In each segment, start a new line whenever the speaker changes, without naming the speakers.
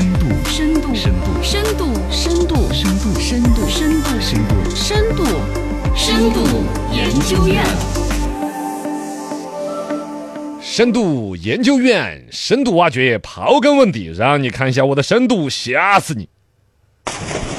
度，
深度，
深度，深度，
深度，
深度，深度，
深度，
深度，深度研究院。
深度研究院，深度挖掘刨根问底，让你看一下我的深度，吓死你！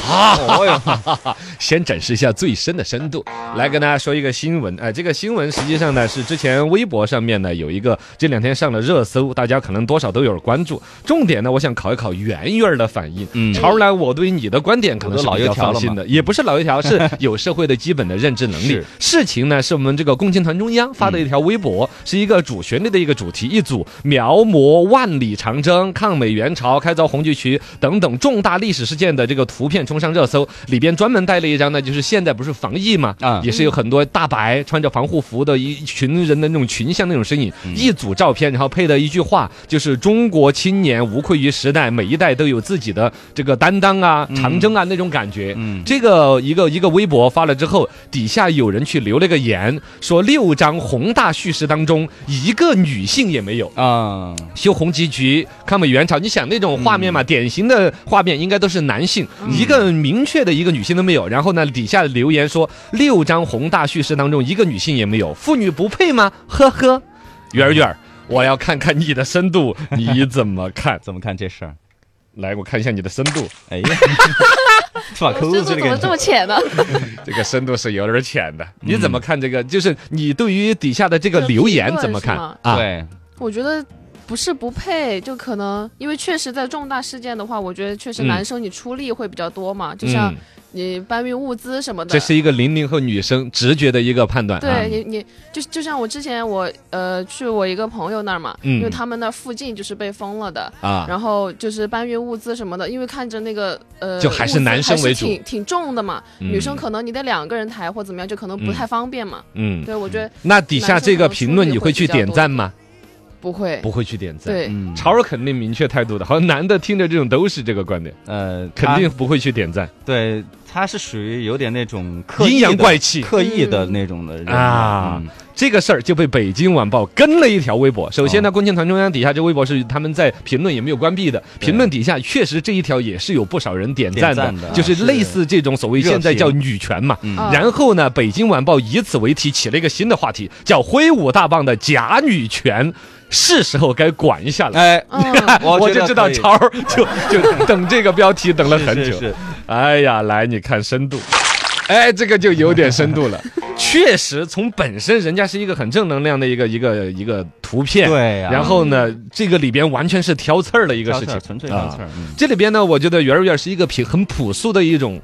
哦哟，
先展示一下最深的深度，来跟大家说一个新闻。哎，这个新闻实际上呢是之前微博上面呢有一个这两天上了热搜，大家可能多少都有关注。重点呢，我想考一考圆圆儿的反应。
嗯
潮男，我对你的观点可能是
我都老
比较
油条了
放
嘛
心的，也不是老油条， 是有社会的基本的认知能力
是。嗯
事情呢是我们这个共青团中央发的一条微博，是一个主旋律的一个主题，一组描摹万里长征、抗美援朝、开凿红旗渠等等重大历史事件的这个图片冲上热搜，里边专门带了一张呢，就是现在不是防疫嘛，
啊
也是有很多大白穿着防护服的一群人的那种群像那种身影，一组照片，然后配的一句话，就是中国青年无愧于时代，每一代都有自己的这个担当啊、长征啊那种感觉。
嗯
这个一个一个微博发了之后，底下有人去留了个言，说六张宏大叙事当中一个女性也没有。
啊，？
修红旗渠、抗美援朝，你想那种画面嘛，典型的画面应该都是男性，嗯一个明确的一个女性都没有。然后呢，底下留言说六张宏大叙事当中一个女性也没有，妇女不配吗？呵呵，圆儿圆儿，我要看看你的深度，你怎么看
怎么看这事儿？
来，我看一下你的深度，
哎 呀，把
我
扣
深
子这
度怎么
个
这么浅呢？
这个深度是有点浅的。你怎么看这个？就是你对于底下的这个留言怎么看
这个评论
啊？
对，
我觉得不是不配，就可能因为确实在重大事件的话，我觉得确实
嗯
男生你出力会比较多嘛，就像
嗯，
你搬运物资什么的。
这是一个零零后女生直觉的一个判断啊
对。你，你就就像我之前我呃去我一个朋友那儿嘛，
嗯
因为他们那儿附近就是被封了的，
啊，
然后就是搬运物资什么的，因为看着那个呃，
就还是
物资
男生为主
还是挺挺重的嘛。
嗯
女生可能你得两个人抬或怎么样，就可能不太方便嘛。
嗯。
对，我觉得
那底下这个评论你会去点赞吗？
不会，
不会去点赞。，
对，
嗯，
潮儿肯定明确态度的，好像男的听着这种都是这个观点，
呃，
肯
他
定不会去点赞，
对，他是属于有点那种刻意
阴阳
的
怪气。
刻意的那种的人
啊
嗯
这个事儿就被北京晚报跟了一条微博。首先呢，共青团中央底下这微博是他们在评论也没有关闭的，
对
评论底下确实这一条也是有不少人点赞
点
的
赞的，
就是
是
类似这种所谓
热
现在
评
叫女权嘛。
嗯
啊
然后呢，北京晚报以此为题起了一个新的话题，叫“挥舞大棒的假女权”，是时候该管一下了。
哎，
嗯
我
我
觉
就知
得
道
可以
超儿就就等这个标题等了很
是
久。
是
哎呀，来你看深度，哎，这个就有点深度了。 确实，从本身人家是一个很正能量的一个一个一个图片，
对呀
然后呢，这个里边完全是挑刺儿的一个
挑
事
刺
情
儿，纯粹
啊
挑刺儿，嗯
这里边呢，我觉得圆儿圆儿是一个平很朴素的一种。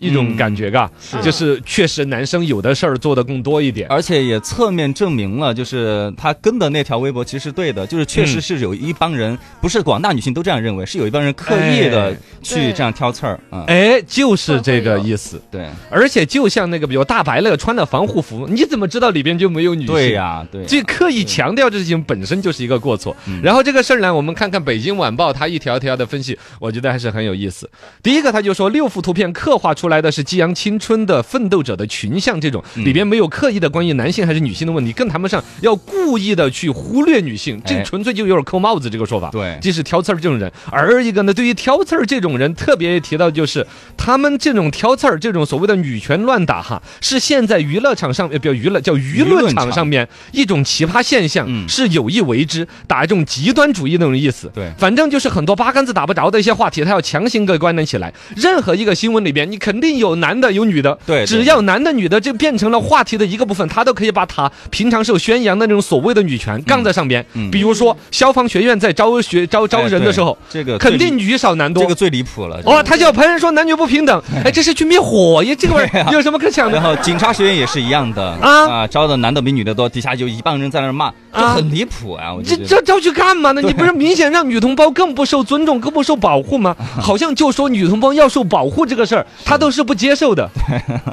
一种
嗯
感觉，嘎，
是
就是确实男生有的事儿做的更多一点，
而且也侧面证明了，就是他跟的那条微博其实是对的，就是确实是有一帮人，不是广大女性都这样认为，是有一帮人刻意的
哎
去这样挑刺儿啊。
哎，就是这个意思。
对，
而且就像那个，比如大白那个穿了防护服，你怎么知道里边就没有女性？
对呀，对呀，
这刻意强调这事情本身就是一个过错。
嗯
然后这个事儿呢，我们看看北京晚报它一条条的分析，我觉得还是很有意思。第一个，他就说六幅图片刻画出来的是激扬青春的奋斗者的群像，这种
嗯
里边没有刻意的关于男性还是女性的问题，更谈不上要故意的去忽略女性，这
哎
纯粹就有点扣帽子这个说法。
对
即是挑刺儿这种人。而一个呢，对于挑刺儿这种人，特别提到就是他们这种挑刺儿这种所谓的女权乱打哈，是现在娱乐场上呃，不叫娱乐叫舆
舆
论
论
场
场
上面一种奇葩现象，
嗯
是有意为之，打一种极端主义那种意思。
对
反正就是很多八竿子打不着的一些话题，他要强行给关联起来。任何一个新闻里边，你肯定有男的有女的，
对对
只要男的女的这变成了话题的一个部分，他都可以把他平常受宣扬的那种所谓的女权杠在上边。
嗯
比如说消防学院在招学招招
哎
人的
对
时候，
这个
肯
最
定
离
女少男多。
这个最离谱了。
哦，他就要喷说男女不平等，哎，这是去灭火呀，这个玩意儿有什么可抢的
啊然？后警察学院也是一样的
啊
招的男的比女的多，底下有一帮人在那儿骂，就
啊
很离谱啊！我就
这
觉得
这招去干嘛呢？
对
你不是明显让女同胞更不受尊重、更不受保护吗？好像就说女同胞要受保护这个事儿，他都是不接受 的。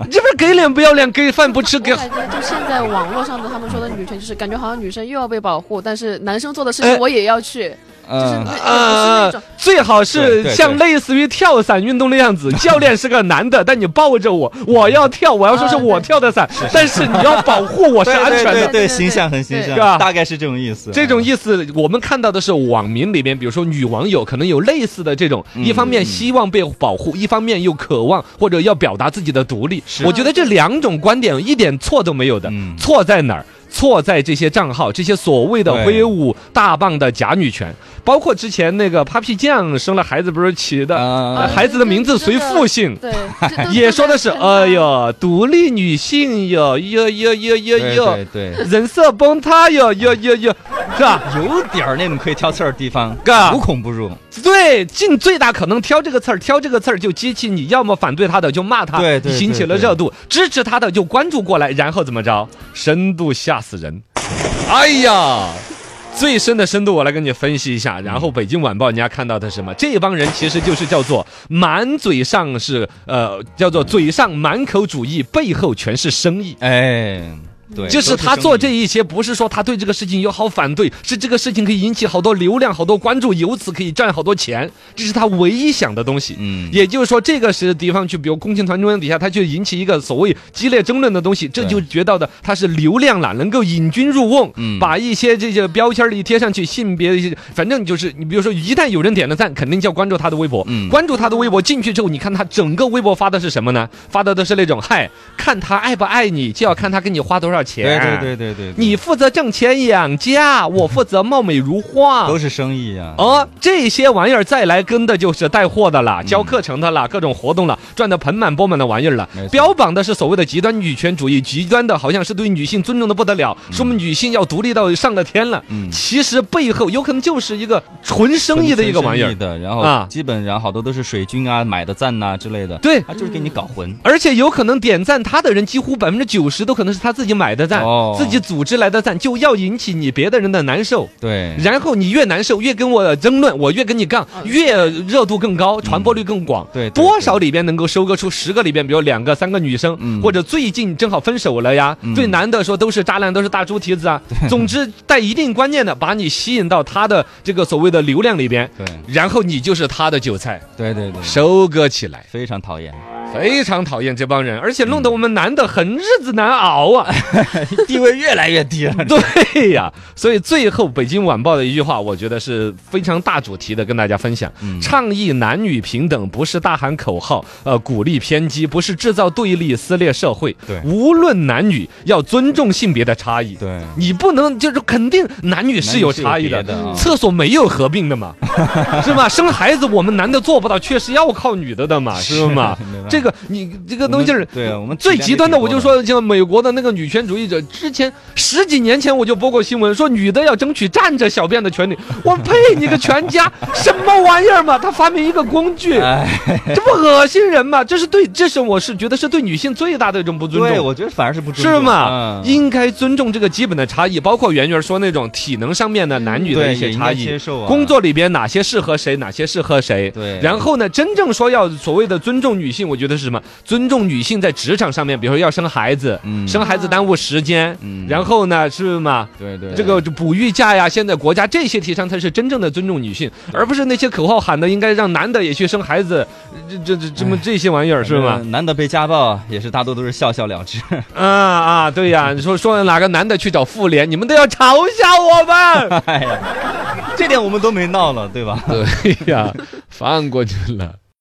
你这不是给脸不要脸，给饭不吃，给
我感觉就现在网络上的他们说的女权，就是感觉好像女生又要被保护，但是男生做的事
哎
情我也要去。就是
嗯
那、也不是那种，
呃最好
对
是
对
像
对
类似于跳伞运动那样子，教练是个男的，但你抱着我，我要跳，我要说是
啊
我
对
跳的伞，但是你要保护我是
对
安全
对
的
对。对，形象很形
对
象
是吧，
大概是这种意思。啊
这种意思，我们看到的是网民里面，比如说女网友可能有类似的这种，
嗯
一方面希望被保护，一方面又渴望或者要表达自己的独立。
是
我觉得这两种观点一点错都没有的
嗯，
错在哪儿？错在这些账号，这些所谓的
对
挥舞大棒的假女权，包括之前那个 Papi 酱生了孩子不是起的，
啊
呃孩子的名字随父姓。
对，这都
也说的是，
都在
哎呦，独立女性哟，哟哟哟哟
对
哟，
对对，
人设崩塌哟，哟哟哟，是吧？
有点儿那种可以挑刺儿的地方，
嘎
无孔不入。
对，尽最大可能挑这个刺儿，挑这个刺儿就激起你要么反对他的就骂他，
对对
引起了热度；支持他的就关注过来，然后怎么着？深度吓死人！哎呀，最深的深度我来跟你分析一下。然后《北京晚报》人家看到的是什么？这帮人其实就是叫做满嘴上是呃，叫做嘴上满口主义，背后全是生意。
哎，对，
就是
都
他做这
生意，
一些，不是说他对这个事情有好反对，是这个事情可以引起好多流量、好多关注，由此可以赚好多钱，这是他唯一想的东西。
嗯，
也就是说，这个是地方去，比如共青团中央底下，他去引起一个所谓激烈争论的东西，这
对
就觉得的他是流量了，能够引君入瓮，
嗯
把一些这些标签儿一贴上去，性别一些，反正就是你比如说，一旦有人点了赞，肯定就要关注他的微博，
嗯
关注他的微博进去之后，你看他整个微博发的是什么呢？发的都是那种嗨，看他爱不爱你，就要看他给你花多少钱。
对对对对对，对
你负责挣钱养家，我负责貌美如花。
都是生意啊呀。
哦，这些玩意儿再来跟的就是带货的
嗯
啦，教课程的啦，各种活动啦，赚的盆满钵满的玩意儿了
没。错
标榜的是所谓的极端女权主义，极端的好像是对女性尊重的不得了，说我们女性要独立到上了天了。
嗯
其实背后有可能就是一个纯生意的一个玩意儿
纯生意。的，然后
啊
基本上好多都是水军啊、买的赞呐之类的，
对
他就是给你搞混。
而且有可能点赞他的人，几乎百分之九十都可能是他自己买的赞，
哦
自己组织来的赞，就要引起你别的人的难受。
对，
然后你越难受，越跟我争论，我越跟你杠，越热度更高，传播率更广。
啊对对
多少里边能够收割出十个里边，比如两个、三个女生，
嗯
或者最近正好分手了呀，
嗯
对男的说都是渣男，都是大猪蹄子 啊。总之，带一定观念的，把你吸引到他的这个所谓的流量里边，
对
然后你就是他的韭菜，
对对对，
收割起来。
非常讨厌，
非常讨厌这帮人，而且弄得我们男的很日子难熬啊。
地位越来越低了。
对呀，所以最后《北京晚报》的一句话，我觉得是非常大主题的，跟大家分享。
嗯
倡议男女平等，不是大喊口号，呃，鼓励偏激，不是制造对立、撕裂社会。
对
无论男女，要尊重性别的差异。
对
你不能就是肯定男女是有差异的，
男女是有别的啊
厕所没有合并的 嘛，是吧？生孩子我们男的做不到，确实要靠女的的嘛，是 嘛
是没办？法
这个你这个东西就是
我们对我们
最极端的，
体
我
量
就
也挺多的
说像美国的那个女权主义者，之前十几年前我就播过新闻，说女的要争取站着小便的权利。我呸！你个全家什么玩意儿嘛？他发明一个工具，
哎，
这不恶心人嘛？这是对，这是我是觉得是对女性最大的一种不尊
对，
重。
我觉得反而是不尊重
是吗？
嗯
应该尊重这个基本的差异，包括圆圆说那种体能上面的男女的
对
一些
也应
差
该
异，
接受啊
工作里边哪些适合谁，哪些适合谁。
对
然后呢，真正说要所谓的尊重女性，我觉得是什么？尊重女性在职场上面，比如说要生孩子，
嗯
生孩子耽误时间，
嗯
然后呢，是吗？
对对
这个就哺育假呀，现在国家这些提倡才是真正的尊重女性，而不是那些口号喊的应该让男的也去生孩子，这
嗯
这这这么这些玩意儿是吗？？
男的被家暴也是大多都是笑笑了之。
啊啊，对呀，你说说哪个男的去找妇联，你们都要嘲笑我们。
哎呀，这点我们都没闹了，对吧？
对呀，放过去了。